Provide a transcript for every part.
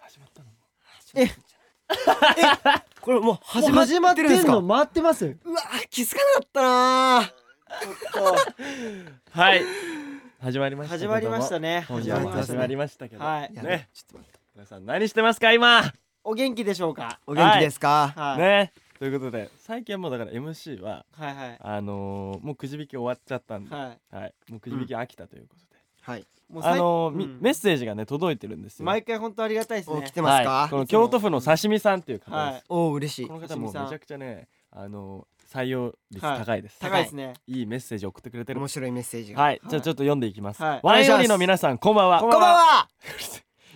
始まったのこれもうも始うまっ始まっててるんですんかの回ってますうわ気づかなかったなーはい始まりました始まりましたねね本日始もまりました始まりましたねけどはいやねちょっと待って皆さん何してますか今お元気でしょうかお元気ですか、はいねということで最近はもうだから MC ははいはいあのーもうくじ引き終わっちゃったんではいはいもうくじ引き飽きたということではいもうさいあのーみうんメッセージがね届いてるんですよ毎回本当ありがたいですおね来てますか、はいこの京都府の刺身さんっていう方はでいすおお嬉しいこの方もう刺身さんめちゃくちゃねあのー採用率はい高いです高いですねいいメッセージ送ってくれてる面白いメッセージが、はい、じゃあちょっと読んでいきます。はいワインよりの皆さん、こんばんは。こんばんは、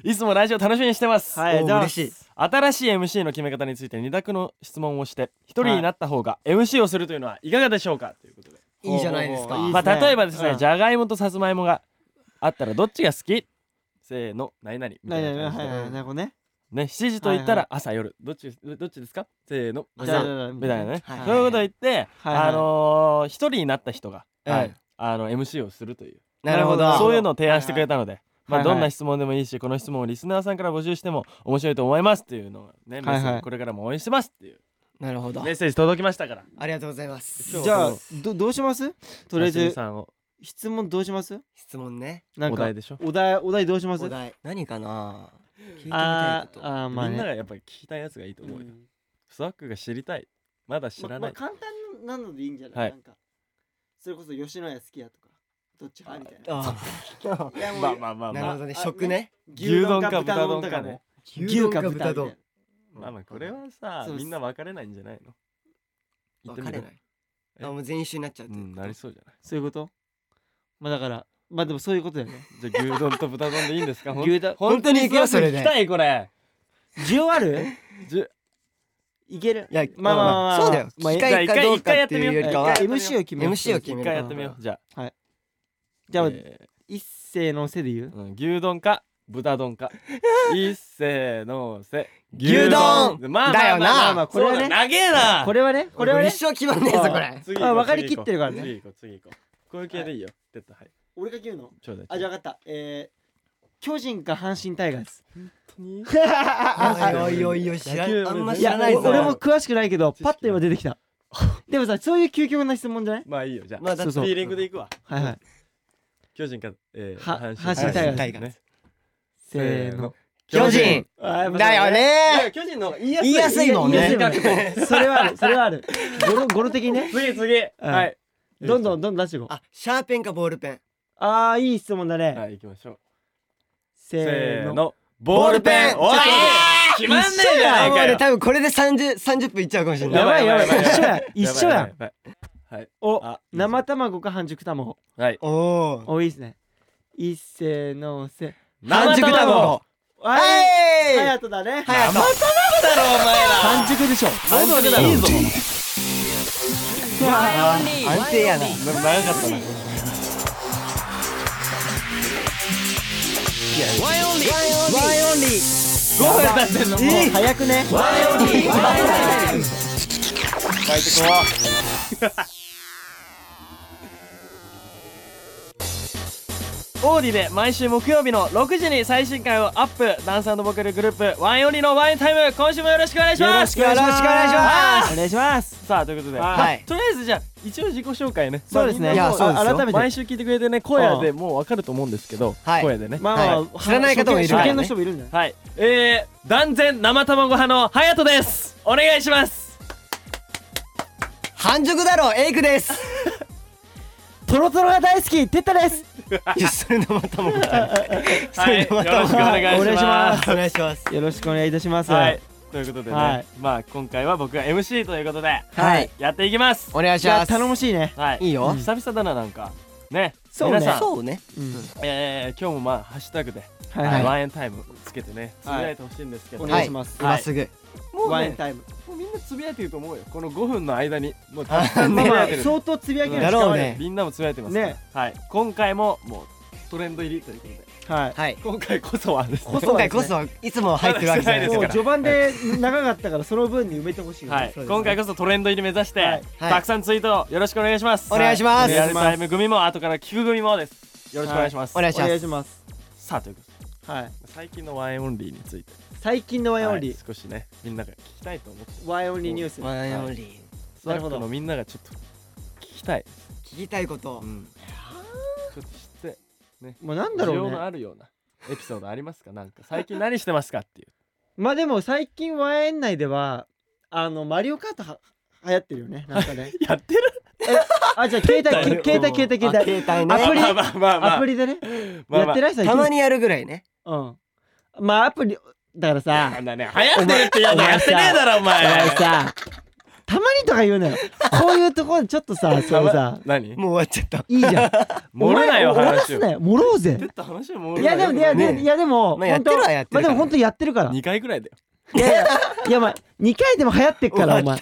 いつもラジオ楽しみにしてます。はいありおがとうございま嬉すしい新しい MC の決め方について二択の質問をして一人になった方が MC をするというのはいかがでしょうかということで、いいじゃないですかほうほうほういいまあですね例えばですうねんじゃがいもとさつまいもがあったらどっちが好きせーの何々みたないにななに感はじいではいはいなるほどねね7時と言ったはら朝夜どっちどっちですかせーの朝じゃあみたいなねはいそういうことを言ってはいはいあのー一人になった人がうんはいあの MC をするというなるほどあそういうのを提案してくれたので、まはあ、いはいどんな質問でもいいし、この質問をリスナーさんから募集しても面白いと思いますっていうのをね、メッセージはいはいこれからも応援してますっていうなるほどメッセージ届きましたから。ありがとうございます今日じゃあどどうしますとりあえ蓮見ずさんを質問どうします質問ねなんおか題でしょ。お題お題どうしますお題何かな聞いてみたあいこーとあーまあみんなねがやっぱり聞きたいやつがいいと思うよ。うんスワックが知りたい。まだ知らまなあい。簡単なのでいいんじゃなはいいなんかそれこそ吉野家好きやとかどっち派みたいなあいやも うまあまあまあなまあるほどねあ食ね牛丼か豚丼かね。牛か豚丼まあまあこれはさそうっすみんな分かれないんじゃないの言ってみ分かれるないあもう全員一緒になっちゃうってうことんなりそうじゃないそういうことまあだからまあでもそういうことだよねじゃあ牛丼と豚丼でいいんですかほん 牛丼本当に行くよそれ聞本当に行くよそれできたいこれ需要あるじゅいけるいやまあまあまあまあそうだよまあ機械かどうかっていうよりかは一回やってみよう一回 MC を決める MC を決め一る回やってみようじゃあじゃあえー一斉のせで言ううん牛丼か豚丼かいっせーのせ牛丼まあまあだよなまあまあこれはねそうだ長えなこれはねこれは俺ね一生決まんねえぞこれ次行あこう分かり次行こうきってるからね次行こう次行こうこういう系でいいよちょっとはい俺が言うのちょうだいあじゃあ分かったえー巨人か阪神タイガース本あおいおいおい知ら野球んあんまい知やらないぞ俺も詳しくないけど識パッと今出てきたでもさそういう究極な質問じゃないまあいいよじゃあまあだっそてうそうフィーリングでいくわはいはい巨人かえーは阪阪神タイガース阪神ねせーの巨人あやっぱだよいやね巨人の方が言いやすい言いやすいもん言ねいやすいもんねそれはあるそれはある語呂語呂的にね次次はいどんどんんどんどん出していこうあシャーペンかボールペンああいい質問だね、はい行きましょうせせーーののボールペンおいちょっと決まんねえじゃないあもうか俺よ多分これで30 30分いっちゃうかもしれないやばいやばいやばいやばい一緒や一緒やんばいやばいはいおあ生卵か半熟卵はいおおおいいですねいっせーのせ半熟卵ははいはやとだねはやだろお前ら半熟でしょ半熟だろいいぞ安定やな長かったなワイオンリー5分経ってんのもう早くね書いてこうオーディで毎週木曜日の6時に最新回をアップダンスボーカルグループワンオリのワインタイム今週もよろしくお願いしますよろしくお願いしますお願いしますさあということで、はいまあとりあえずじゃあ一応自己紹介ねそうですねまあみんなもいやそうですよあ改めて毎週聞いてくれてね声でもう分かると思うんですけど、はい声でねまあまあ、はい知らない方もいるから初ね見の人もいるんじゃないはい、えー、断然生卵派のハヤトですお願いします半熟だろエイクです トロトロが大好きテッタですいやそれ生卵はい、よろしくお願いしまお願いしますよろしくお願いいたしますすはい、ということでね、はいまあ今回は僕が MC ということで、はいやっていきますお願いしじゃまあす頼もしいねはい、いいよ久々だななんかね、そうね皆さん、そうねうんえー、今日もまあハッシュタグで、はいはいワンエンタイムつけてねつぶやいてほしいんですけど、おね願いしますはい今すぐもうワインねタイムもうみんなつぶやいてると思うよこの5分の間にもうあたくさんつまあぶまやあいてる相当つぶやきがだろうねみんなもつぶやいてますからねはい、今回ももうトレンド入りということではいはい今回こそはですねこ今回こそいつも入ってるわけじゃないですもかうら序盤で長かったからその分に埋めてほしいよねはい、そうですね今回こそトレンド入り目指して、はいはいたくさんツイートよろしくお願いしますお願いしますリアルタイム組も後から聞く組もですよろしくお願いします、お願いしまお願いすしますさあということではい最近のワインオンリーについて最近のワインオンリはい少しねみんなが聞きたいと思ってーワインオンリーニュースワインオンリースなナるッほクどのみんながちょっと聞きたい、聞きたいことん、ちょっと知ってもうなんだ需ろ要うのねあるようなエピソードありますかなんか最近何してますかっていうまあでも最近ワイン内ではあのマリオカートは流行ってるよ ねなんかねやってるあじゃあ携 帯だよ携帯携帯携帯帯携帯ねアプリまあまあまあ、まあ、アプリでねまあまあやってない最近たまにやるぐらいねうんまあアプリだから さなんだね流行ってるってやおだ前やってねえだろおお前前さたまにとか言うなよこういうところでちょっ とさそのさ何もう終わっちゃったいいじゃん漏れないよお前終わら話すをなよ盛ろうぜちょっと話を漏いれなやいでもいやでもいやでもまあやってるはやってまるからあでも本当やってるから2回ぐらいだよいやいやいやまあ2回でも流行ってっから お前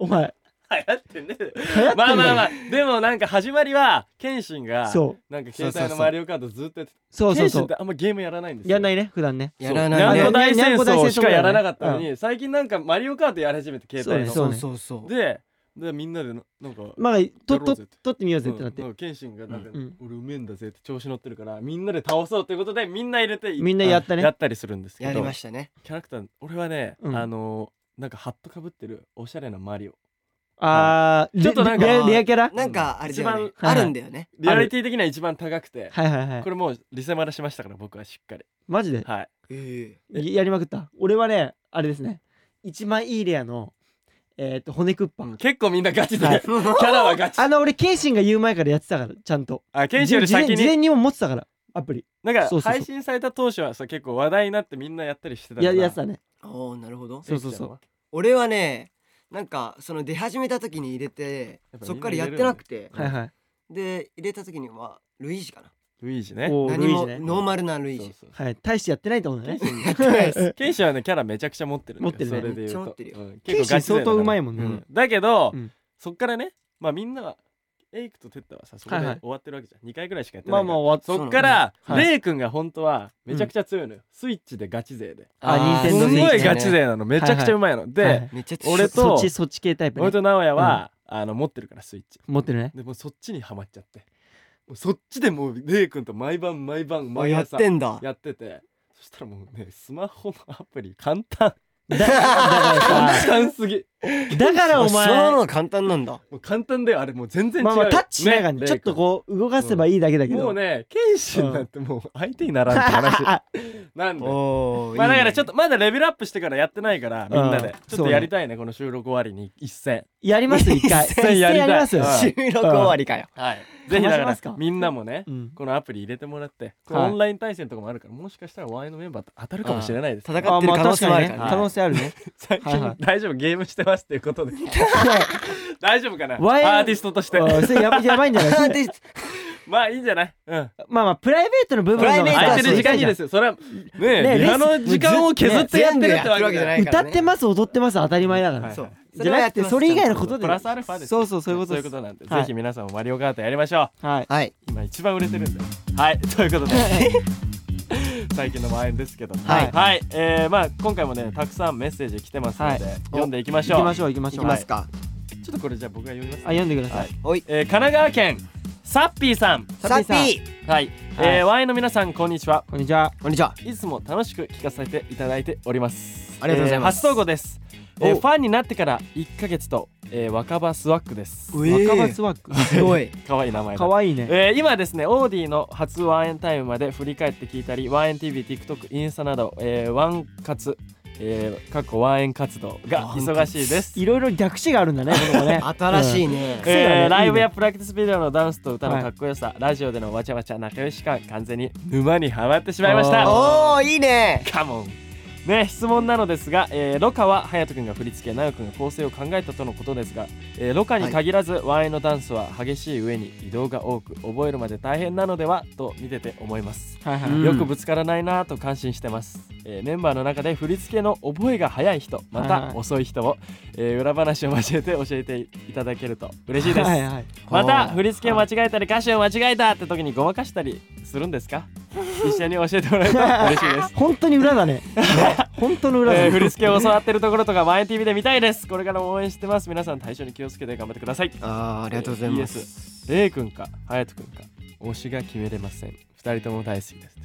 お前流行ってねえだろ流行ってるまあまあまあでもなんか始まりは謙信がそうなんか携帯のマリオカードずっとやってそうそ謙うそ信っうてあんまゲームやらないんですよやんないね普段ねやらそうないにゃんこね大戦争しかやらなかったのにゃんこ大戦争だに最近なんかマリオカードやり始めて携帯のそうねそうそうででみんなでななんかまあとやろうとぜって取ってみようぜってなってうん謙信がなんかうん俺うめえんだぜって調子乗ってるからみんなで倒そうということでみんな入れてみんなやったねやったりするんですけやどりましたねキャラクター俺はねうんあのーなんかハットかぶってるおしゃれなマリオあーちょっとなんかレレレアキャラなんかあれだよね一番あるんだよねリアリティ的には一番高くてはいはいはいこれもうリセマラしましたから僕はしっかりマジではいえややりまくった俺はねあれですね一番いいレアのえっと骨クッパ結構みんなガチはいでキャラはガチあの俺謙信が言う前からやってたからちゃんとあ謙信より事前先事に前にも持ってたからアプリなんかそうそうそう配信された当初はさ結構話題になってみんなやったりしてたからややってたね ああなるほどそうそうそうゆき俺はねなんかその出始めた時に入れてやっぱそっからやってなくてみんなはいはいで入れた時にはルイージかなちゃんはルイージねおー何ルイーもジねノーマルなルイーそうジそうはい大してやってないと思うんだね 謙信て ないです謙信はねキャラめちゃくちゃ持ってるんだよ持ってるねそれで言うとめっちゃ持ってるようん謙信相当うまいもんねうだけど、うんそっからねまあみんなはエイクとテッタはさそこではい終はいわってるわけじゃん、2回ぐらいしかやってないまあからまあ終わっそうそっから、そうなんだレイ君が本当はめちゃくちゃ強いのよ、スイッチでガチ勢であ任ーす天堂んスイッチねごいガチ勢なのめちゃくちゃうまいの、で、はいはいめっちゃ俺とそそっちそっち系タイプ、ね俺、と直哉は、あの持ってるからスイッチ持ってる ねでもうそっちにはまっちゃってもうそっちでもうレイ君と毎晩毎晩あ毎やっ朝てんだやっててそしたらもうねスマホのアプリ簡単だだから簡さ単すぎだからおあそうな前の簡単なんだもう簡単だよあれもう全然違うまあよ、まあタッチしながらねねちょっとこう動かせばいいだけだけど、もうね剣心なんてもう相手にならんって 話なんでおおまあだからちょっととまだレベルアップしてからやってないからみんなでうんちょっとやりたいねこの収録終わりに一戦やります一回一一斉斉やりたやいりますよ、うん収録終わりかよはいぜひだか話しまらすかみんなもねうんこのアプリ入れてもらってこうはいオンライン対戦とかもあるからもしかしたらワイのメンバーと当たるかもしれないです戦ってるあまあ可能性もある確かにねらね可能性あるね 最近、はいはい大丈夫ゲームしてますっていうことで大丈夫かなアワイーティストとしてうんそれやばやばいんじゃ ないでまあいいんじゃないうんまあまあプライベートの部分の方がプライベート空はいてる時間にですよそれはねねリハの時間を削ってやってるってわけじゃない全部やってるわけじゃない歌ってます踊ってます当たり前だから、はいそうじゃなくてそれ以外のことでプラスアルファですそうそうそういうことそういでうすことなんで、はいぜひ皆さんもマリオカートやりましょうはいはい今一番売れてるんではいということで最近のワインですけどもはいはい、えー、まあ今回もねたくさんメッセージ来てますので、は読んでいきましょう行きましょう行きまいしきょうますかちょっとこれじゃあ僕が読みます、あ読んでください、はいおいえー、神奈川県サッピーさんサッサッピーはい、はえいー、ワインの皆さんこんにちはこんにちはこんにちはいつも楽しく聞かせていただいておりますありがとうございますえー初投稿です、えー、おファンになってから1ヶ月と、えー、若葉スワックですうえー若松ワックすごいかわいい名前だかわいいねえー今ですねオーディの初ワンエンタイムまで振り返って聞いたりワンエン TV、TikTok、インスタなど、えーワン活、えー、かっこワンエン活動が忙しいです。いろいろ逆詞があるんだねこのね 新しい、いねそうだねえーライブいいやねプラクティスビデオのダンスと歌のかっこよさ、ラジオでのわちゃわちゃ仲良し感完全に沼にはまってしまいましたおおいいねカモンね質問なのですが、えーロカは隼人君が振り付け奈く君が構成を考えたとのことですが、えーロカに限らず、ワンエンのダンスは激しい上に移動が多く覚えるまで大変なのではと見てて思いますうんはいはいうんよくぶつからないなぁと感心してます、えーメンバーの中で振り付けの覚えが早い人まはいはたい遅い人を、えー裏話を交えて教えていただけると嬉しいです、はいはいまおたー振り付けを間違えたり歌詞を間違えたって時にごまかしたりするんです か一緒に教えてもらえると 嬉しいです、本当に裏だね本当の裏だね、えー振り付けを教わってるところとか YTV で見たいですこれからも応援してます皆さん対象に気をつけて頑張ってくださいあーありがとうございますレイ君か隼人君か推しが決めれません二人とも大好きです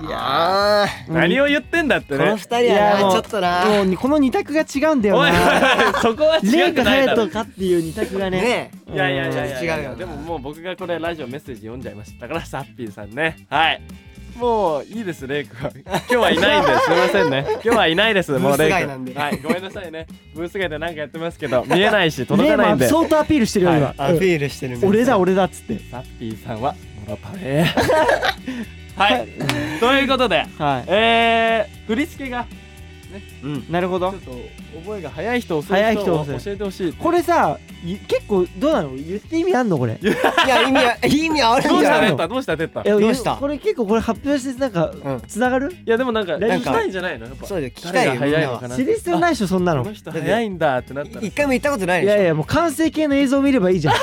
いやー何を言ってんだってこのね二人いはやなもうちょっとなもうこの二択が違うんだよおいおいなおいそこは違レうイくかない隼だろ人かっていう二択がねねうんいやいやいやいや違うよなでももう僕がこれラジオメッセージ読んじゃいましたからさハッピーさんねはいもういいですレイ君は今日はいないんですみません ね今日はいないですもうレイブース外なん君ではいごめんなさいねブース外でなんかやってますけど 見えないし届レイかないんもで相当アピールしてるよ今はアピールしてる俺だ俺だっつってサッピーさんはモラパレ はいということではえー、振り付けがうんいなるほちょっどと覚えが早い人遅早いい人人を遅い教えてほしいこれさい結構どうなの言って意味あんのこれいや意味は意味あるどんうじしたゃない出のたどうした出たいえどうしたこれ結構これ発表してなんかうんつながるやでもなんかな聞んきかたいんじゃないのやっぱそうだよ聞きたい誰よがみん早いなのかはな知る必要ないでしょそんなこのの人早いんだってなったら一回も行ったことないいでしょやいやもう完成形の映像を見ればいいじゃん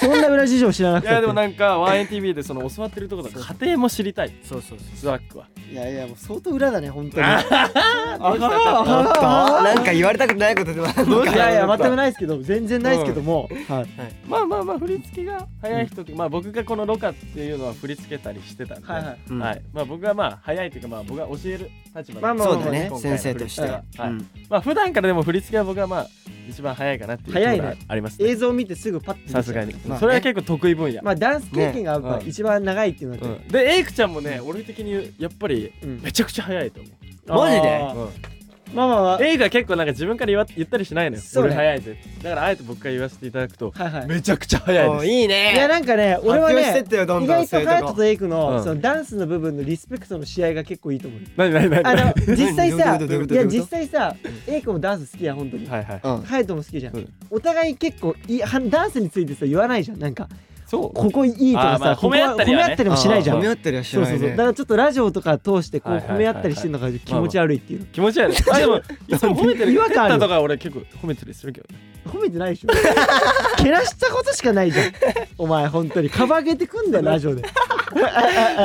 そんな裏事情知らなくいてい やでもなんか 1NTV でその教わってるとことか家庭も知りたいそうそうそうスワックはいやいやもう相当裏だね本当にああどうしたあおっとなんか言われたくないことでもあるのどうかしいやいや全くないですけど全然ないですけども、はいまあまあまあ振り付けが早い人って、まあ僕がこのロカっていうのは振り付けたりしてたんで、はいはいうんはいまあ、僕はまあ早いというかまあ僕が教える立場でまあまあそうだね今回の先生として振りは付けははいうんまあ普段からでも振り付けは僕はまあ一番早いかなっていう早いねところがありますね映像を見てすぐパッてさすがに、まあねそれは結構得意分野、まあダンス経験がやっぱねうん一番長いっていうのうは、ん、でエイクちゃんもね俺的にやっぱりうんめちゃくちゃ早いと思マジであーう、まあまあまあうん、エイクは結構なんか自分から言わ言ったりしないのよ、そうね俺早いぜってだからあえて僕から言わせていただくとはいはいめちゃくちゃ早いおですういいいやねなんかね俺は発表してっねてよどん意どん外とそうい隼う人とことエイクの,、うんそのダンスの部分のリスペクトの試合が結構いいと思う何何何あ何の実際さどういうこといどういうやこと実際さエイクもダンス好きやん本当にはいはいうん隼人も好きじゃうんんお互い結構いいはダンスについてさ言わないじゃんなんかそうここいいとかあーさ、まあここ褒はめ合ったりはね褒め合ったりもしないじゃあーん褒め合ったりはしそうなそういそうだねからちょっとラジオとか通してこうはいはい褒はいめは合いったりしてるのが気持ち悪いっていう気持ち悪い。 あでもいつも褒めてる。違和感あるペッタとか俺結構褒めてるするけどね。褒めてないでしょ けらしたことしかないじゃんお前本当にかばげてくんだよラジオでそ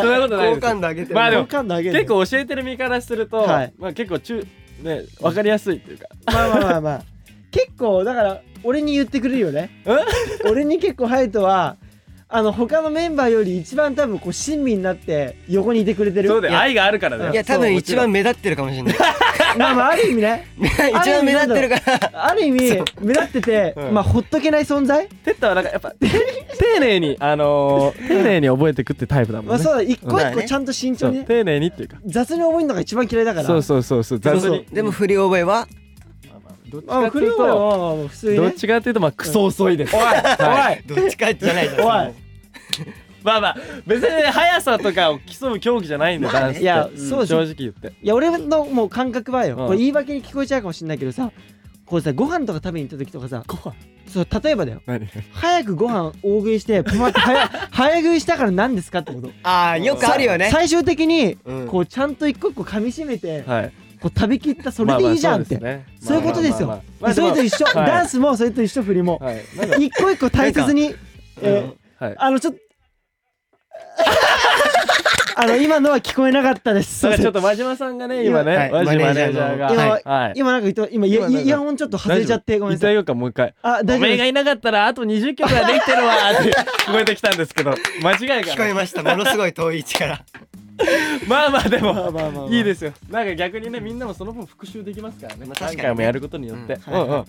んなことない好ですよ。感度上げてるまあでも好感度上げる結構教えてる身からすると、はいまあ結構中ねわかりやすいっていうか。まあまあまあまあ結構だから俺に言ってくれるよね俺に結構ハヤトはあの他のメンバーより一番多分こう親身になって横にいてくれてるそうだいよや愛があるからだよ。いや多分一番目立ってるかもしれないまあまあある意味ね一番目立ってるからある意味目立ってて、うんまあほっとけない存在、ペッタはなんかやっ ぱ丁寧にあの ー丁寧に覚えてくってタイプだまもんあね。そうだ一個まあ一個ねちゃんと慎そ重うにね丁寧にっていうか。雑に覚えるのが一番嫌いだからそうそうそうそう雑に。でも振り覚えはまあまあどっちまあかと振りいう覚えはとまあまあまあ普通にどっねちかというとまあクソ遅いです。はいどっちかってじゃないじゃんおいまあまあ別にね速さとかを競う競技じゃないんでダンスって。いやんそうでし正ょ直言って。いや俺のもう感覚はよ、うんこれ言い訳に聞こえちゃうかもしれないけどさこうさご飯とか食べに行った時とかさご飯そう例えばだよ何？早くご飯大食いしてパパって 早早食いしたから何ですかってことああよくあるよね最終的にうんこうちゃんと一個一個噛み締めて、はい。こう食べきったそれでいいじゃんって、まあまあそういうことですよまあまあそまあれと一緒、はいダンスもそれと一緒振りも、はい。なんか一個一個大切に、えーはい。あのちょっと あの今のは聞こえなかったですすいだかまらせちんょっと真島さんがね、今はね、いマジマネマーネージジャャーーが。のはいはい。今なんか言って今イヤ今なんかイヤホンちょっと外れちゃってごめ言んないたさいいよか、もう一回。あお大丈夫めえがですいなかったら、あと20曲はできてるわー って聞こえてきたんですけど、間違い聞こえが。ましたものすごい遠い位置からまあまあでまあも、まあまあまあいいですよ。なんか逆にね、みんなもその分復習できますからね。まあ確か何にね回もやることによって。ううんうん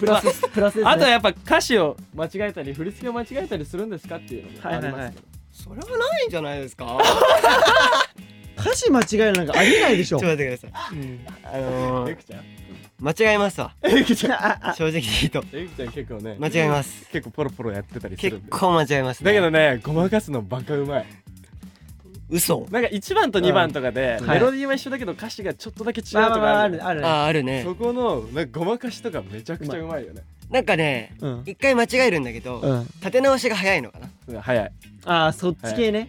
プラスですプラスです、ね、あとはやっぱ歌詞を間違えたり、振り付けを間違えたりするんですかっていうのもありますけど。それはないんじゃない ですか歌詞間違えるなんかありえないでしちょょっと待ってくださいあの エークちゃん間違えますわエクちゃん正直言 うとエクちゃん結構ね、間違えます結構ポロポロやってたりする結んで。構間違えますだねけどね、ごまかすのバカうまい。嘘なんか1番と2番とかで、うんメロディーは一緒だけど歌詞がちょっとだけ違うとまあまあまかああある,、るあるあるああるねそこのなんかごまかしとかめちゃくちゃうまいよね。なんかねうん、一回間違えるんだけど、うん、立て直しが早いのかなうん早い。ああそっち系ね、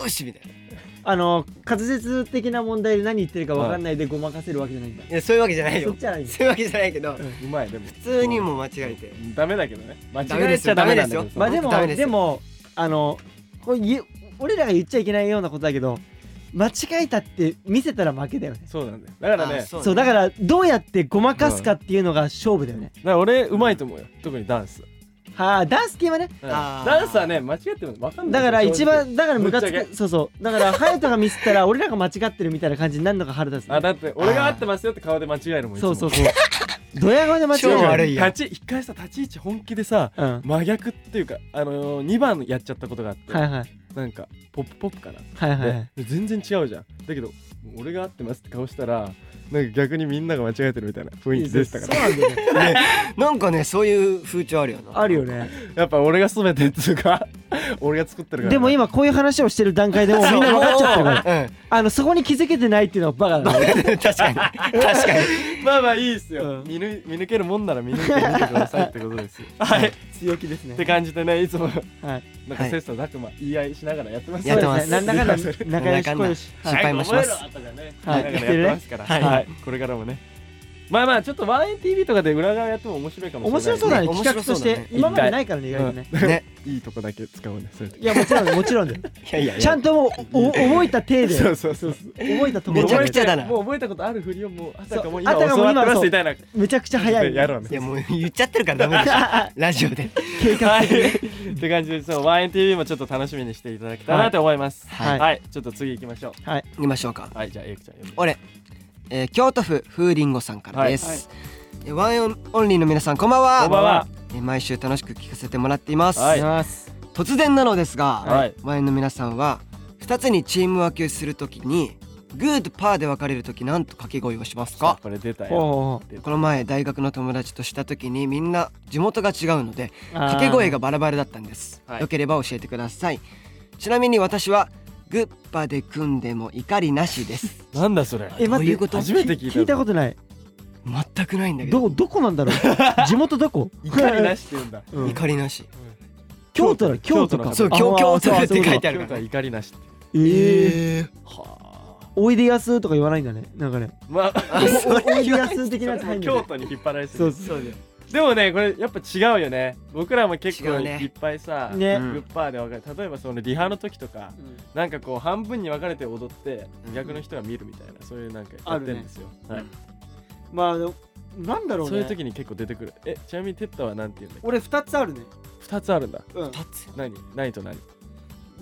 よしみたいなあの滑舌的な問題で何言ってるかわかんないでごまかせるわけじゃないんだ、いやそういうわけじゃないそっよちじゃないんだそういうわけじゃないけどうまいでも。普普通にもう間違えてダメだけどね。間ダメ違えでちすゃよダメなんだけどダメですさよまあでダもメですでよもあのこう言え俺らが言っちゃいけないようなことだけど間違えたって見せたら負けだよねそうなんだよ。だからね、あだかそそうだからどうやってごまかすかっていうのが勝負だよね、ら俺うまいと思うよ。特にダンス。はあダンスティーはねうんあーダンスはね間違っても分かんなだいから一正番だからムカつぶっちゃくそうそうだからハヤトがミスったら俺らが間違ってるみたいな感じになるのが腹立つ直あねだって俺が合ってますよって顔で間違えるもんいつそもうそうそうドヤ顔で間違え超な悪いいやん立ち一回さ立ち位置本気でさうんはい真逆っていうかあのー、2番やっちゃったことがあって、はいはいなんかポップポップかなはいはいで全然違うじゃんだけど俺が合ってますって顔したらなんか逆にみんなが間違えてるみたいな雰囲気出てたからそうなんだよねなんかねそういう風潮あるよなあるよねやっぱ俺が全てっつうか 俺が作ってるからでも今こういう話をしてる段階でもうみんな分かっちゃってるかららあのそこに気づけてないっていうのはバカだねうん 確かに確かにまあまあいいっすよ、うん見抜見抜けるもんなら見抜いてみてくださいってことですよはいっ強気ですねて感じでねいつもはいなんか切磋琢磨言い合いしながらやってますそやうっでてすまねすなん だかんだ仲良しなんだかんだこよしはい失敗もしますはいお前らとかねはいなんかねやってますからはいはいこれからもねまあまあちょっとワンエン TV とかで裏側やっても面白いかもしれな面い白そうだね面企白画そとうしだねて今までないからね意外とねねいいとこだけ使うねそれでいやもちろんもちろんでいやいやいやちゃんともうお覚えた体でそ覚うそうそうそうえたとこめろちゃくちゃだなもう覚えたことあるふりをもうあたかも今そうあた教かもわ今ってますみたいなめちゃくちゃ早いやろうねいやもう言っちゃってるからダメでしょラジオで 計画はい、的にって感じでそうワンエン TV もちょっと楽しみにしていただけたらなと思いますはいはい、ちょっと次行きましょはい見ましょうかうはいじゃあエイクちゃん読んで俺、えー京都府風林吾さんからです、はいえーワンエンオンリーの皆さんこんばんはこんばんはえー毎週楽しく聞かせてもらっています、はいお願いします突然なのですが、はいワンエンの皆さんは2つにチーム分けするときにグーとパーで分かれるときなんと掛け声をしますさあかこれ出たほうよほうこの前大学の友達としたときにみんな地元が違うので掛け声がバラバラだったんです、はいよければ教えてくださいちなみに私はグッパで組んでも怒りなしです なんだそれえど待ういっうてこと初めて聞いた聞いたことない全くないんだけどどどこなんだろう 地元どこ怒りなしって言うんだうん怒りなし京都だ京都かそうあー京京都あーって書いてあ京る都かはら怒りなしってえええはあおいでやすとか言わないんだねなんか ねまあおおいでやす的なやつ入んだ京ね都に引っ張られてそうるそうでもねこれやっぱ違うよね僕らも結違構うねいっぱいさグねうんッパーで分かる例えばそのリハの時とかなんかこう半分に分かれて踊ってうん逆の人が見るみたいなそういうなんかやあっるてねるんですよはいまああのなんだろうねそういう時に結構出てくるえちなみにテッタはなんて言うんだっ俺二つあるねけ2つあるんだうん立つ何何と何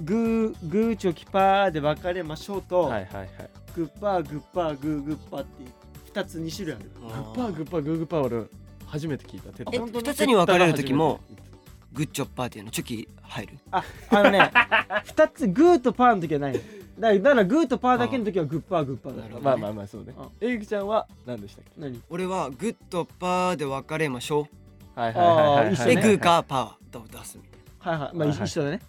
グーグーチョキパーで分かれましょうと、はいはいはいグッパーグッパーグーグッパーっていう二つ二種類あるグッパーグッパーグーグッパー俺初めて聞いたテッえタ本当に2つに分かれる時もテッタが初めて言っグッチョッパーっていうのチョキ入るああのね二つグーとパーの時はないのだからだからグーとパーだけの時はグッパーグッパーだなるかほたどらまあまあまあそうねエイクちゃんは何でしたっけ何俺はグッとパーで分かれましょはいはいはいはいあー一う緒でねグーかパーはどう出すみたいはいはいまあ、はいはい一緒だね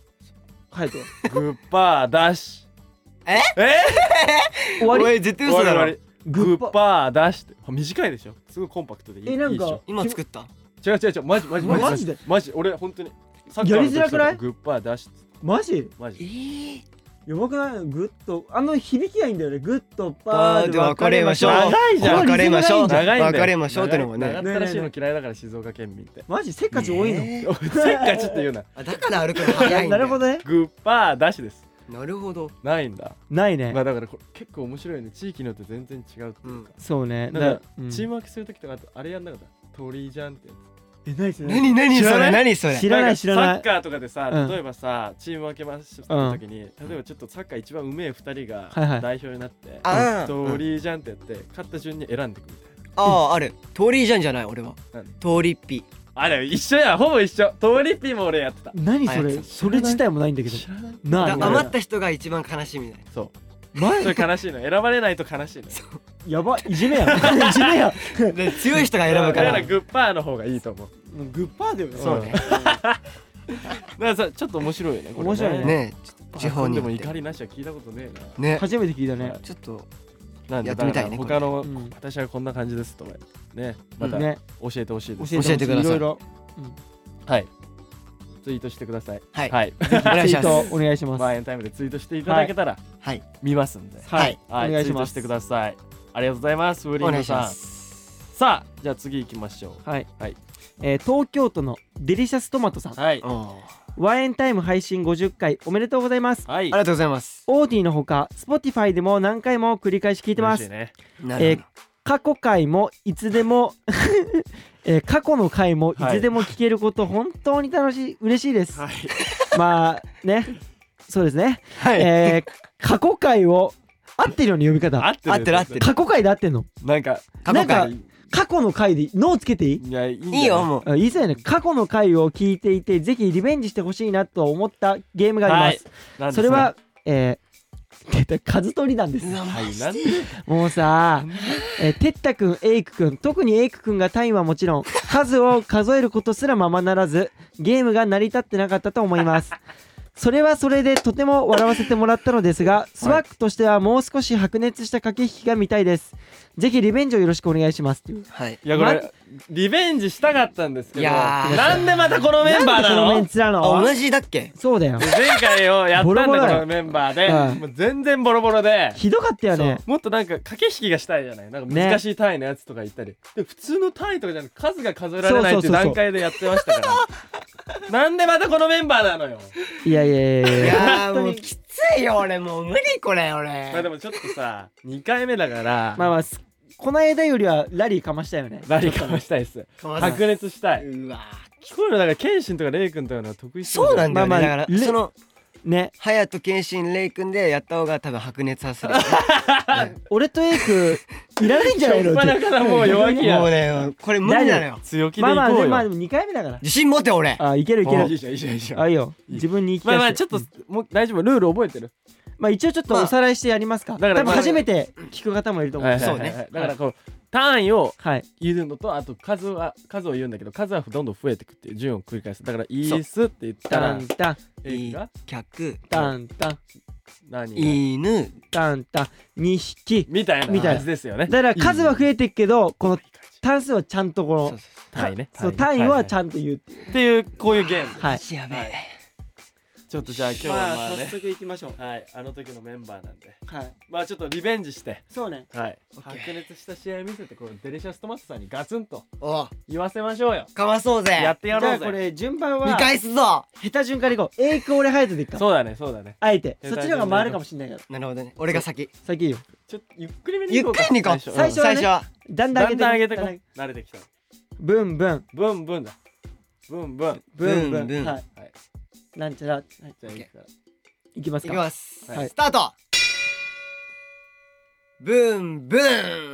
はいとグッパーダッシュええ終なわりおい絶対終わ嘘りだ終わろりググッッパーパーダッシュってあ短いでしょすごいコンパクトでいいえないんかいでしょ今作った違う違う違うマジマジマジでマジ俺本当にサやりづらくないグッパーダッシュってマジマえジーやばくないグッとあの響きがいいんだよねグッとパパーーでで分分かかれれままししょょうう分かれましょう長いんだよ分かれましょうってのも長ねい長ったらしいの嫌いだから静岡県民ってマジせっかち多いの、ねえおいせっかちって言うなあだから歩くの早いん だなよるほどねグッパーダッシュですなるほどないんだないね、まあだからこれ結構面白いよね地域によって全然違うっていうかそうねなんかうんチームワークするときとかあとあれやんなかった鳥居じゃんってやつえないっすね何何知らそなれい何それ知らないんか知らないサッカーとかでさ、うん例えばさチーム分けました時に、例えばちょっとサッカー一番うめえ2人がはいはい代表になって、あートリーじゃんってやって勝った順に選んでいくみたいなああある通りじゃんじゃない俺は何通りっぴあれ一緒やほぼ一緒トリピーも俺やってた何そあやれつそれ自体もないんだけどらないだなかいら余った人が一番悲しみだよそう前それ悲しいの選ばれないと悲しいのやばいじめや いじめやで強い人が選ぶかだかららグッパーの方がいいと思うグッパーだよねそうねだ からさちょっと面白いよねこれ面白いねねえちょっと地方にでよもって怒りなしは聞いたことねえなね初めて聞いたねはちょっとなんでやっだてかみたらいね他の、これうん私はこんな感じですとかねまた教ねえてほしいです、えて教くださいろろはいツイートしてくださいはいはいお願いしツイまー すトお願いしますワンエンタイムでツイートしていただけたらはい見ますんで、はいはい、お願いしツイまートしてすください。ありがとうございます、ウーリおン願グいしさまん。すさあ、じゃあ次行きましょはい、はいえー東京都のデリシャストマトさんう。はい。あワンエンタイム配信50回おめでとうございますはい。りがとうございますオーディのほか Spotify でも何回も繰り返し聞いてます、嬉しいね。なえーる過去回もいつでも、 えー過去の回もいつでも聞けること、本当に楽しい嬉しいです、はいまあねそうですね、はい、えー過去回を合ってるように呼び方合ってる合ってる合ってる過去回で合ってんのなんか過去な回ん過去の回で「の」をつけていいいやいいんじゃないいいよもうあいいですよね過去の回を聞いていてぜひリベンジしてほしいなと思ったゲームがあります、なんでそれはえー、出た数取りなんですうわはマいジなんでもうさえーてったくんエイクくん特にエイクくんが単位はもちろん数を数えることすらままならずゲームが成り立ってなかったと思い ますそれはそれでとても笑わせてもらったのですがスワックとしてはもう少し白熱した駆け引きが見たいですぜひリベンジをよろしくお願いしますっていうはいいやこれまリベンジしたかったんですけどいやーなんでまたこのメンバーななんでこのメンツなあの同じだっけそうだよ前回をやったんだボロボロだこよのメンバーで、うんもう全然ボロボロで、ひどかったよねそうもっとなんか駆け引きがしたいじゃないなんか難しい単位のやつとか言ったり、で普通の単位とかじゃなくて数が数えられないっていうそうそうそうそう段階でやってましたから なんでまたこのメンバーなのよいやいやいやいいややー本当もにうきついよ俺もう無理これ俺まあでもちょっとさ2回目だから、まあまあすこの間よりはラリーかましたよねラリーかもしたいですかわいいう白熱したいわーこういうのだから謙信とかレイ君とかのは得意そうなんだまだよね、あまあだかレらそのね隼人謙信レイ君でやった方が多分白熱させる俺とエイクいらないんじゃないのっ端からもう弱気もやうねこれ無理なのよ強気でまいあこうよ、まあでもまあでも2回目だから自信持て俺あいけるいけいいるじゃんいいじゃんいいじゃんあいいよいい自分に言い聞かませあてまあちょっともう大丈夫ルール覚えてるまあ一応ちょっとおさらいしてやりますかだから多分まあ初めて聞く方もいると思うはいんでそはういはいはねいだからこう単位をはい言うのとあと数は数を言うんだけど数はどんどん増えていくっていう順を繰り返すだからイースって言ったタらンタンえいが客タンタン何が犬タンタン2匹みたいみなたいな感じですよねだから数は増えていくけどこの単数はちゃんとこそうのそ単位ねそう単位はちゃゃんと言うっていうっていうこういうゲームはい、うやべえちょっとじゃあ今日はまあね速いきましょうはいあの時のメンバーなんではいまあちょっとリベンジしてそうねはいオッケー白熱した試合見せてこのデリシャストマスターにガツンとおう言わせましょうよかまそうぜやってじゃやろうあこぜれ順番見は返すぞ下手順からいこうエイク俺ハヤトでいっかそうだねそうだねあえて下手順そっちの方が回るかもしれないからなるほどね俺が先先いいよちょっとゆっくりめにゆっ行こうかくりに行こう最初はね最初はだんだんだ上げてんだん上げてこうんだだん慣れてきたブンブンブンブンだブンブンブンブンブンブンはいはいなんちゃら、はい、じゃあいくからいきますいかきます、はいスタートブンブ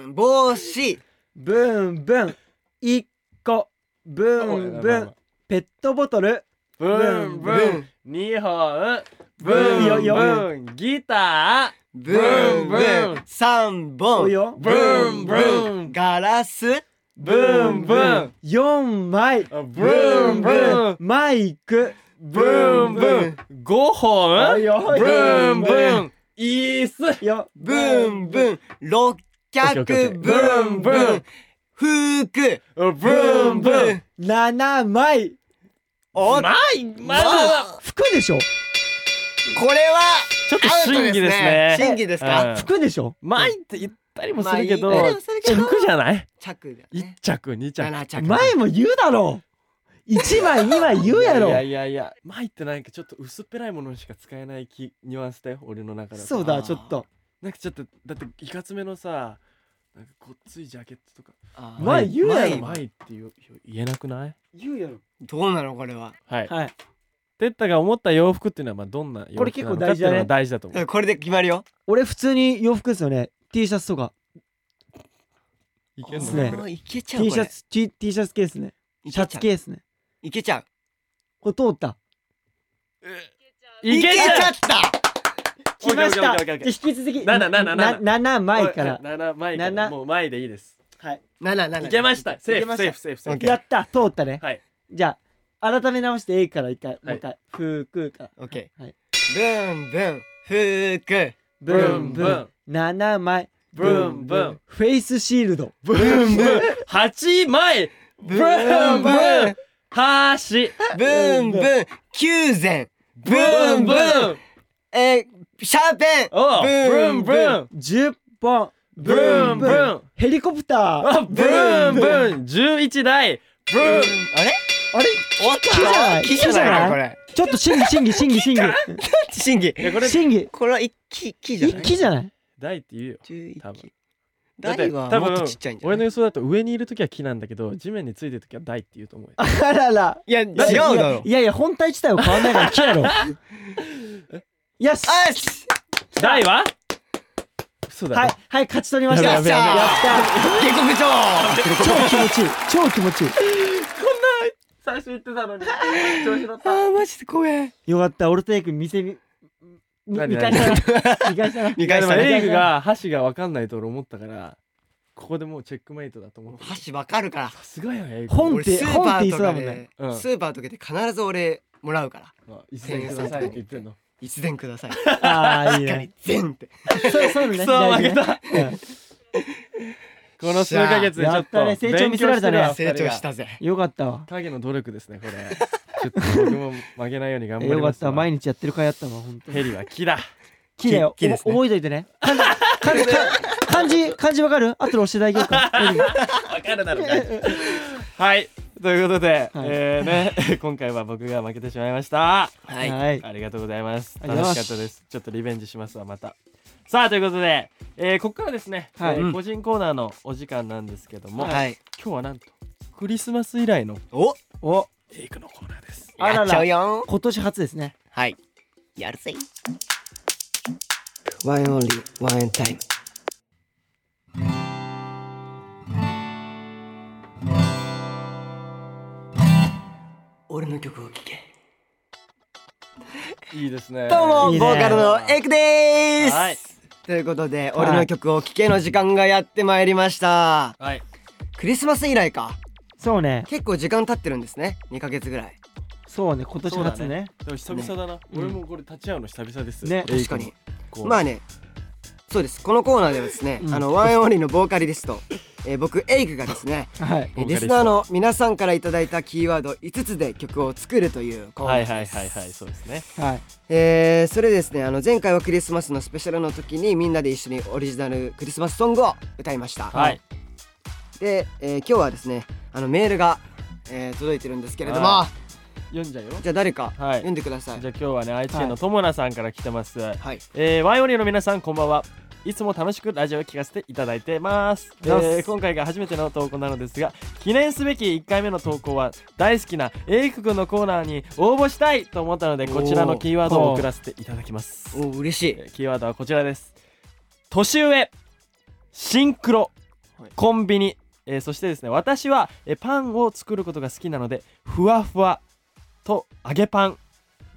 ン帽子ブンブン一個ブンブンペットボトルブンブン二本ブンブンギタブンブン三お本よブンブンガラスーブンブン四枚ブンブンマイクブンブン五本よブンブン椅子よブンブン六脚オッケーオッケーブンブン服ブンブン七枚おまいまだ服でしょこれはちょっと審議ですね審議ですか、うん服でしょまいって言ったりもすまあいるいけどまあでもそれけど着じゃない着だ一ね着二着7着前も言うだろう1枚2枚言うやいろやいやいや前ってなんかちょっと薄っぺらいものにしか使えない気ニュアンスだよ俺の中だとそうだちょっとなんかちょっとだっていかつめのさなんかごっついジャケットとかあー前言うやろ前前って言う言えなくない言うやろどうなのこれははいはいてったが思った洋服っていうのはまあどんな洋これ服結な構のかって大事いうだのねは大事だと思うこれで決まるよ俺普通に洋服ですよね T シャツとかいけあんのそうねこーいけちゃう T こシれャツ T, T シャツケースねいけシちゃャうツケースねいけちゃうこれ通ったれいけちゃうったオッケー来ましたオッケーじオッケーオゃッケーあ引き続きななななな7枚から7前か七らもう前でいいですはい7 7いけましたセいーけフましたセーフセーフセオーフッケーやった通ったねはいじゃあ改め直して A から一回もう一回服からオッケーはいブンブン服ブンブブンン7枚ブンブンフェイスシールドブンブン8枚ブンブン箸ブンブン九膳ブンブンえーシャーペンおブンブン10本ブンブンヘリコプターあブンブン11台ブンああれれ終わった木じゃない木じゃないこれちょっと審議審議審議審議審議 いやこれ審議これは一気木じゃ一ない気じゃない台って言うよ11多分だって大はもっとちっちゃいんじゃな俺いの予想だと上にいる時は木なんだけど地面についてる時は大って言うと思うよあららいや違うだろいやいや本体自体は変わんないから 木やろよしあっし大は嘘だろ、はいはい勝ち取りましたやったーや下克上った超気持ちいい超気持ちい最初言ってたのに調子乗っあーマジで怖えいよかった俺とエイク見せみみ何見返したな見返したな見いやで返しもたねレイグが箸が分かんないと俺思ったからここでもうチェックメイトだと思う箸わかるからさすがよレイグ本俺スーパーとか本って言いそうだもんねでうんスーパーとかで必ず俺もらうからあ一斉にくださいって言ってんの一膳くださいああいいしっかねり全ってそうそうねクソ負けた大事ねこの数ヶ月でちょやっったとね成長見せられたね勉強してる成わ長したぜうんよかったわ影の努力ですねこれちょっと僕も負けないように 頑張りよかまっすわた毎日やってる会やったわ本当にヘリは木だ綺麗よ木木ですねお覚えといてね漢字漢字漢字漢字わかるあとで教えてあげようかわかるだろうね はいということで、はいえーね 今回は僕が負けてしまいましたははいありがとうございますありが楽とうござしかいまっすたですちょっとリベンジしますわまたさあということで、えーここからですね、はいえーうん個人コーナーのお時間なんですけども、はい今日はなんとクリスマス以来のおおエイクのコーナーですあららやっちゃうよ今年初ですねはいやるぜワインオンリーワインタイム俺の曲を聴けいいですねどうもいいねボーカルのエイクでーす、はいということで、はい俺の曲を聴けの時間がやってまいりましたはいクリスマス以来かそうね結構時間経ってるんですね2ヶ月ぐらいそうね今年初ねでも久々だな、うん俺もこれ立ち会うの久々ですねエイ確クかのにこうまあねそうですこのコーナーではですね、うんあのワンエンオンリーのボーカリスト、 えー僕エイクがですねはい えボーカリストーリスナーの皆さんからいただいたキーワード5つで曲を作るというコーナはーいです、はいはいはいそうですねはいえーそれでですねあの前回はクリスマスのスペシャルの時にみんなで一緒にオリジナルクリスマスソングを歌いました、はいで、えー今日はですねあのメールが、えー届いてるんですけれども、は読んじゃうよじゃあ誰かはい読んでください、じゃあ今日はね愛知県のともなさんから来てます、はいえー、ワイオニーの皆さんこんばんはいつも楽しくラジオを聴かせていただいてます、えよしー今回が初めての投稿なのですが記念すべき1回目の投稿は大好きなエイク君のコーナーに応募したいと思ったのでこちらのキーワードを送らせていただきますおー嬉しいえーキーワードはこちらです年上シンクロコンビニ、えーそしてですね私は、えーパンを作ることが好きなのでふわふわと揚げパン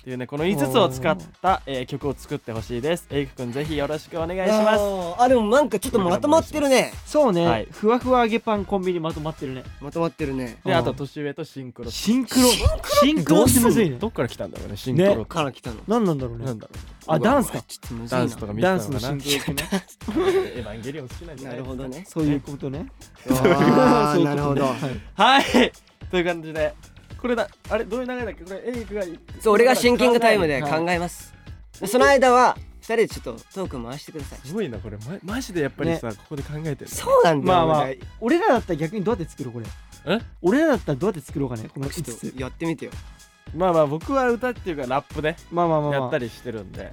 っていうねこの5つを使った、えー曲を作ってほしいですエイクくんぜひよろしくお願いしますあーあでもなんかちょっとまとまってるねそうね、はいふわふわ揚げパンコンビニまとまってるねまとまってるねであーあと年上とシンクロシンクロシンクロってむずいねどっから来たんだろうねシンクロってから来たの何なんだろうねなんだろあダンスかちょっとむうずいダなンスとか見てダたンのスのかシなンクロってね エヴァンゲリオン好きなんじゃなないでするかほど ねそういうことねあ そうーいうことねなるほどはいはいという感じでこれだあれどういう流れだっけこれエイクがそう俺がシンキングタイムではい考えます、でその間は2人でちょっとトーク回してくださいすごいなこれ、ま、マジでやっぱりさ、ここで考えてるそうなんだまあよ、まあ俺俺らだったら逆にどうやって作るこれえ俺らだったらどうやって作ろうかねこの5ちょっつとやってみてよまあまあ僕は歌っていうかラップでまあまあまあ、まあ、やったりしてるんで、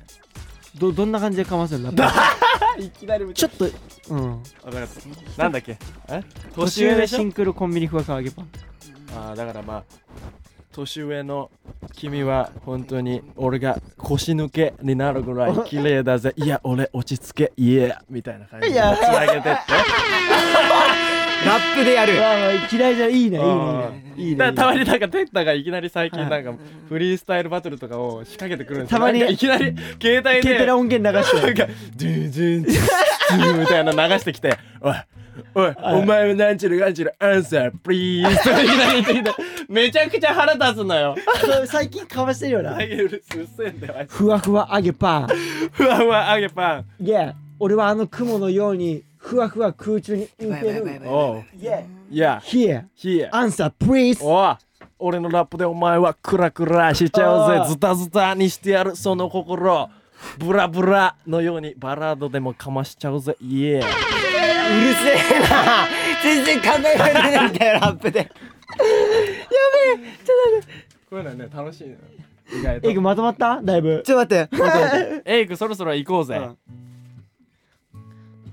どどんな感じでかますよラップあいきなり歌ちょっとうんあだからなんだっけえ年年上上でしシょンクロコンビニふわふわ揚げパンあーだからまあ年上の君は本当に俺が腰抜けになるぐらい綺麗だぜいや俺落ち着けいやみたいな感じでいつやなげてってラップでやるわあまあ嫌いじゃないいいねいいあねいいねいいだからたまねになんかテッタがいきなり最近なんかフリースタイルバトルとかを仕掛けてくるんですよたまになんかいきなり携帯ケでーテラ音源流し てなんか、ドゥンドゥンドゥンみたいなの流してきて、おい、おい、お前はなんちゅるなんちゅる、アンサー、プリーズとか言ってきて、 めちゃくちゃ腹立つのよ。そう最近かわしてるよなあげる、すっせんだよ、あいつふわふわ揚げパンふわふわ揚げパン。イエー俺はあの雲のようにふわふわ空中に浮いてるおう、イエいやー、Here ひえ。 answer please おい。俺のラップでお前はクラクラしちゃうぜあーズタズタにしてやるその心ブラブラのようにバラードでもかましちゃうぜイエーうるせえな全然考えられないん だよラップでこういうのはね楽しいのよ意外エイクまとまっただいぶちょっと待って待って待ってエイクそろそろ行こうぜ、うん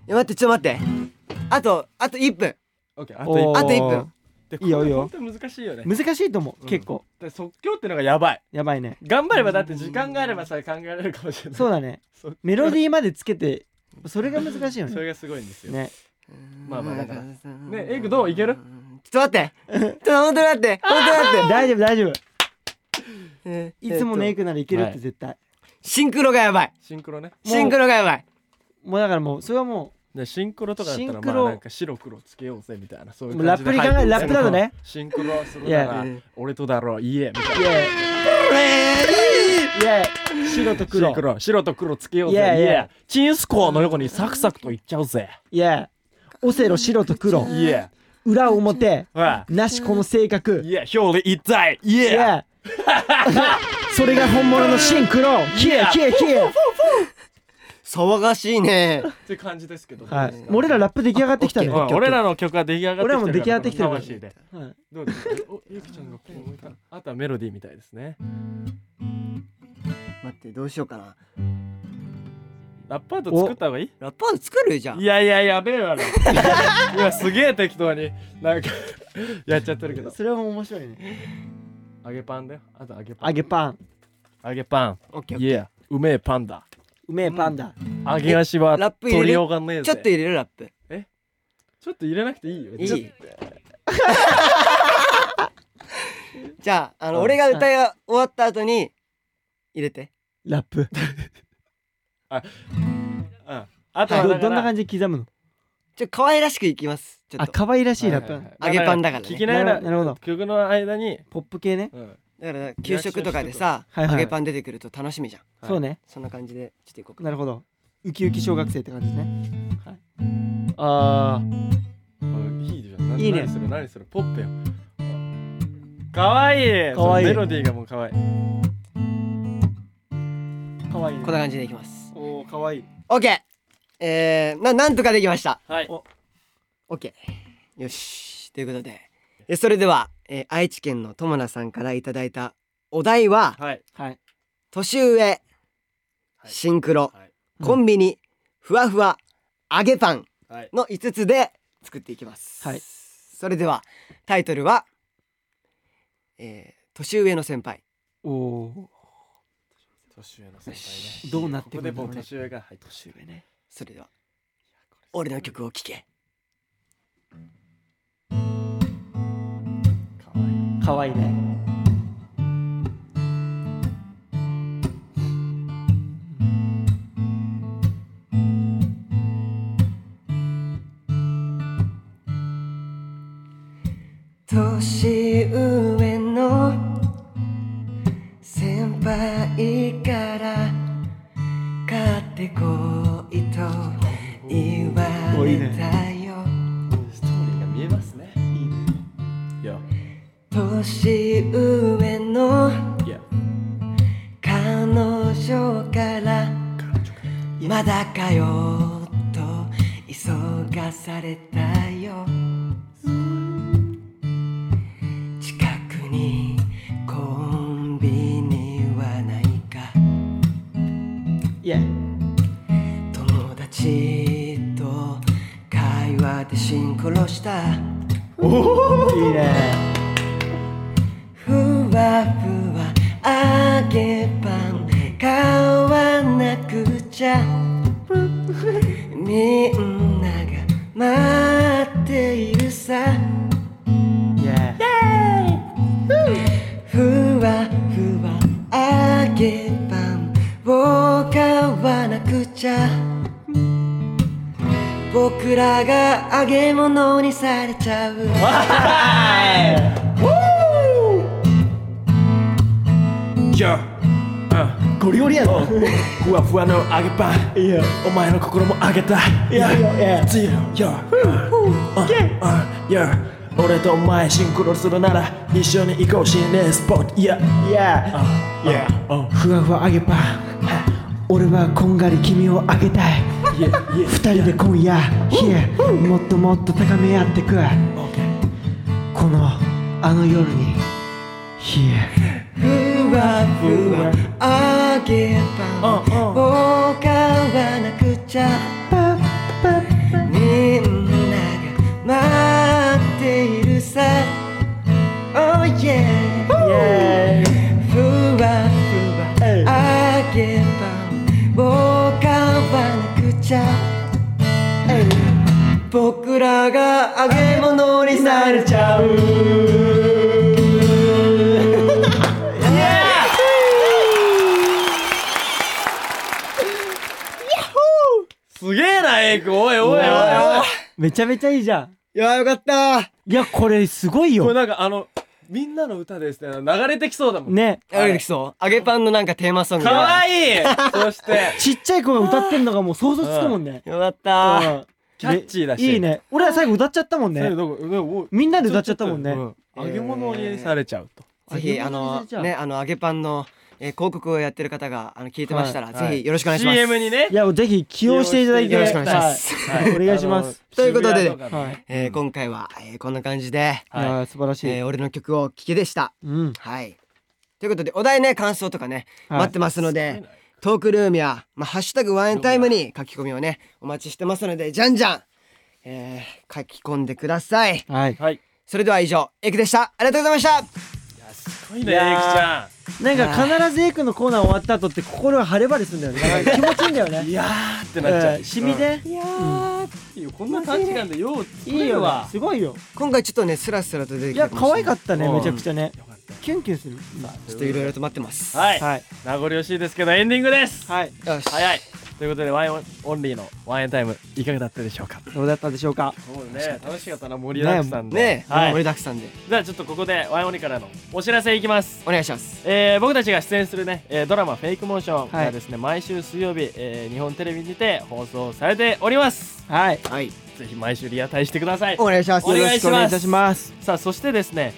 え待ってちょっと待ってあとあと1分オッケーああと一あと一分でいいよいいよこれ本当に難しいよね難しいと思ううん結構で即興ってのがやばいやばいね頑張ればだって時間があればさ考えられるかもしれないそうだねそうメロディーまでつけてそれが難しいよそねれがすごいんですよ、ねまあまあだからねねエイクどういけるちょっと待 ってちょっと本当に待って本当に待って大丈夫大丈夫え いつものえエっイクならいけるっはてい絶対とシンクロがやばいシンクロねもうシンクロがやばいもうだからもうそれはもでシンクロとかだったシらンクまあロなんか白黒つけようぜみたいなそういううもうラ感ッじプでに考え入ラっッてプくるだとねシンクロするならいや俺とだろういいえみたいイなエーイイエーイ白とシ黒ンクロ白と黒つけよういぜいやいややチンスコーの横にサクサクといっちゃうぜイエーイオセロ白と黒いや裏表はなしこの性格いいや表裏一体いいややそれが本物のシンクロキエキエキエ騒がしいねって感じですけどはいどうですか俺らラップ出来上がってきたねオッケうーん俺らの曲が出来上がってきてるから俺らも出来上がってきてるこの魂ではいどうですかおゆきちゃんがこう置いたあとはメロディーみたいですね待ってどうしようかなラップアート作った方がいいラッパー作るじゃんいやいややべえわな いやすげえ適当になんか やっちゃってるけどそれも面白いね揚げパンだよあと揚げパン揚げパン揚げパンオッケーオッいケやうめえパンだうめえパンダ揚げ足はえラップ入れる取りようがねえーぜちょっと入れるラップちょっと入れなくていいよいいちょっとじゃああうのん俺が歌い終わった後に入れてラップうんあとはだからどどんな感じで刻むのちょっと可愛らしくいきますちょあっと可愛らしいラッはいはプい揚はいげパンだからね聞きながらなるほど曲の間にポップ系ねうんだから給食とかでさはいはい揚げパン出てくると楽しみじゃんはいそうねそんな感じでちょっといこうかなるほどウキウキ小学生って感じですねあーいいじゃん。ないいね何する何するポップよ。かわいいかわいいそのメロディーがもうかわいい。可愛いねこんな感じでいきますおお可愛い OK えー、ななんとかできましたはい。 OK よしということでえそれでは、えー愛知県の友名さんからいただいたお題ははい。はい年上はいシンクロはい。うんコンビニふわふわ揚げパンはい。の5つで作っていきます、はいそれではタイトルは、えー年上の先輩おお年上の先輩ね。どうなってくこるでんだろもううね年上が、はい、年上。ねそれでは俺の曲を聴けかわいい。可愛いね年上の先輩から買ってこいと言われたよストーリーが見えますね。いや。年上のいや。彼女からまだかよと急がされたよ近くにコンビニはないかいや友達と会話でシンクロしたいいねふわふわ揚げパン買わなくちゃみんなが待っているさいやふわふわ揚げパンを買わなくちゃ僕らが揚げ物にされちゃうじゃあ、ゴリゴリやなふわふわの揚げパン。いやお前の心も揚げた。いいやいやいゼロややや俺とお前シンクロするなら一緒に行こうしねえスポットいややいやいやふわふわ揚げパン俺はこんがり君をあげたいいやいや 二人で今夜 Here もっともっと高め合ってくこのあの夜に Here ふわふわ揚げパンを買わなくちゃパッパッみんな僕らが揚げ物にされちゃうすげえな、エイク。おいおいおいおい。めちゃめちゃいいじゃんいやよかったいやこれすごいこれよなんかあの、みんなの歌ですね。流れてきそうだもん。ねあれそう揚げパンのなんかテーマソングかわ いいそして、ちっちゃい子が歌ってんのがもう想像つくもんねいよかったうんキャッチーだし。いい。ね俺ら最後歌っちゃったもんね、ねどこねおみんなで歌っちゃったもんねうん揚げ物にされちゃうと。ぜひあ揚げ物にさのれちゃうねあの揚げパンの、えー、広告をやってる方があの聞いてましたら、はいぜひよろしくお願いします。 CM にねい。やぜひ起用していただいてよろしくお願いします。はいはいお願いしますあのということで渋谷とかのはねいえー、今回は、えー、こんな感じで、いやー素晴らしいえー、俺の曲を聴きでした。うんはい。ということでお題ね感想とかね、はい待ってますのでトークルームや、まあ、ハッシュタグワンエンタイムに書き込みをねお待ちしてますのでじゃんじゃん、えー、書き込んでください。はいはい。それでは以上エイクでした。ありがとうございました。いや、すごいね、いエイクちやーゃなんか必ずエイ君のコーナー終わった後って心が晴れ晴れするんだよねなんか気持ちいいんだよん。ねいやーってえなっちゃーう。染みでいやー、うん。いいよこんな短時間でよう作いいれるよわね。すごいよ今回ちょっとねスラスラと出ていきたやかも可しれ愛なかいったねうんめちゃくちゃねよかったキュンキュンするちょっといろいろと待ってます。はい。はい名残惜しいですけど、エンディングです。はいよし。早い。ということで、ワインオンリーのワインタイム、いかがだったでしょうか。どうだったでしょうかそうね、楽しかったな、盛りだくさんで。ねえ、はい盛りだくさんでじゃあちょっとここでワイオニからのお知らせいきます。お願いします。えー僕たちが出演するね、えードラマ「フェイクモーション」はいがですね、毎週水曜日、えー日本テレビにて放送されておりますはいはい。ぜひ毎週リアタイしてくださいお願いします。お願いしますよろくお願いいたしますさあそしてですね、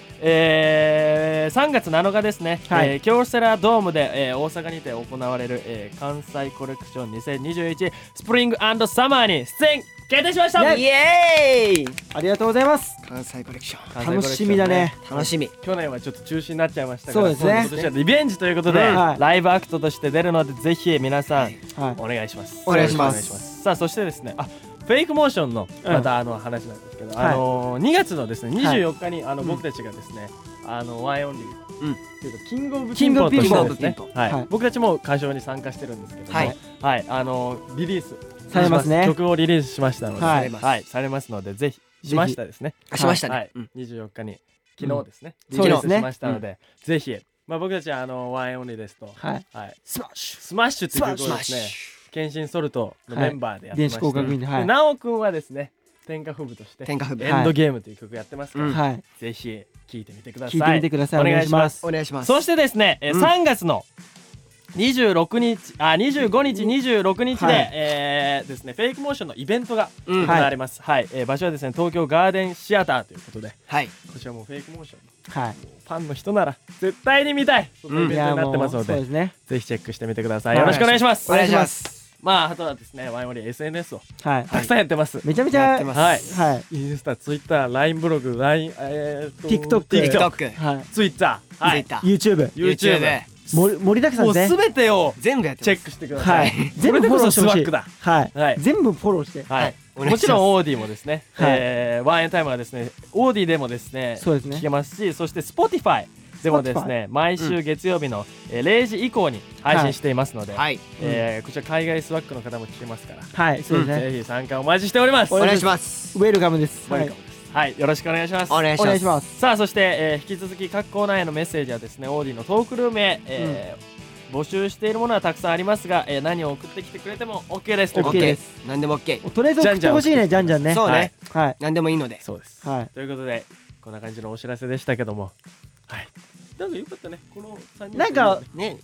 えー3月7日ですね、はいえー京セラドームで、えー大阪にて行われる、えー関西コレクション2021スプリングサマーに出演決定しましたイエーイありがとうございます関西コレクショ関西コレクション楽しみだねン楽しみ。去年はちょっと中止になっちゃいましたからそうですね今年はリベンジということで、はいライブアクトとして出るのでぜひ皆さんはいお願いしますお願いしますよろくお願いしさあそしてですねあフェイクモーションのうんまたあの話なんですけど、はいあのー2月のですねはい24日にあの僕たちがですね、あのワイオンリーうんっていうかキングオブキピンングポオブンとしてピンポンですねキングオブピンはいはい僕たちも歌唱に参加してるんですけどもはいはいあのーリリースされますね曲をリリースしましたので、はいはい、されますのでぜひしましたですねあしましたね。はいうん、 24日に昨日ですね、うんリリーそうスですねしましたので、ぜひ、まあ、僕たちはあのワイオンリーですと、はいはい、スマッシスマッシュっていうス曲マをッですシュ。ね謙信ソルトのメンバーでやっュてま電し子て、工学院ではでいなおくんはですね天下不武として天下不え備。エンドゲームという曲やってますから、うんはいぜひ聴いてみてください聞いてみてくださいおお願願いいししまますすお願いします。そしてですね、えーうん3月の26日あ25日26日で、はいえーですねフェイクモーションのイベントがうん行われます、はいえー場所はですね東京ガーデンシアターということではい。こちらもフェイクモーションのはいファンの人なら絶対に見たいそんなイうんベいントやになってもまうすそのうで,、ですねぜひチェックしてみてください、はよいろしくお願いしますお願いします。まああとはですねワイモリ SNS をはいたくさんやってます、めちゃめちやっゃてます。はいはいインスタツイッター LINE ブログ LINE えーっと TikTok TikTok TikTok、はいツイッターはい Twitter、 YouTube YouTube YouTube、盛り盛りだくさんもうですすねべてを全部やってます。チェックしてくださ、はいいそれでこそスワックだはい、はい全部フォローしてははいい、もちろんオーディもですね、はいえーワンエンタイムはですねオーディでもですねそうですね聞けますしそして Spotify でもですね毎週月曜日の、えー0時以降に配信していますので、はい。えーこちら海外スワックの方も聞けますから、はいそうですねぜひ参加お待ちしておりますおお願願いいししますウ。ェルカムですウェルカムですはい、よろしくお願いしますお願いしおま願いすし。ますさあそして、えー引き続き各コーナーへのメッセージはですねオーディのトークルームへ、えー募集しているものはたくさんありますが、えー何を送ってきてくれても OK ですということ OK で OK で。です何でも OK。とりあえず送ってほしいねじじゃゃんんじじゃゃんんねそうねはいはい何でもいいので。そうです、はいということでこんな感じのお知らせでしたけどもはいなんかよかったねこの3人なんかね。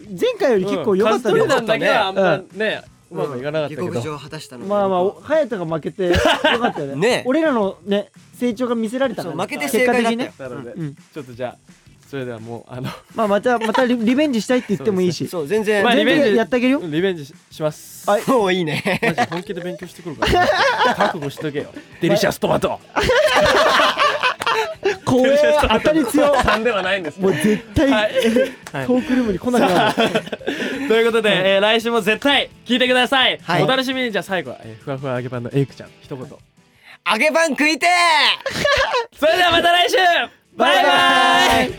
前回より結構良かったねねカストリダンだけはあんまね、ううまくいかなかったけど、下克上を果たしたの。まあまあお隼人が負けてよかったよ ねね俺らのね成長が見せられたそねう負けて結正果解的だっにたよね。なので、うんちょっとじゃあそれではもうあのまあまたま たリリベンジしたいって言ってもいいしそう全然まあ。リ全ベンジ然やってあげるよリベンジししますはいもういいね。 マジ本気で勉強してくるから覚悟しとけよデリシャストマト怖え当たり強3ではないんですもう絶 対はいトークルームに来なくなるということで、えー来週も絶対聞いてください、はいお楽しみにじゃあ最後は、えーふわふわ揚げパンのエイクちゃん一言、揚げパン食いてーそれではまた来週バイバイ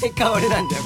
毎回俺なんだよ。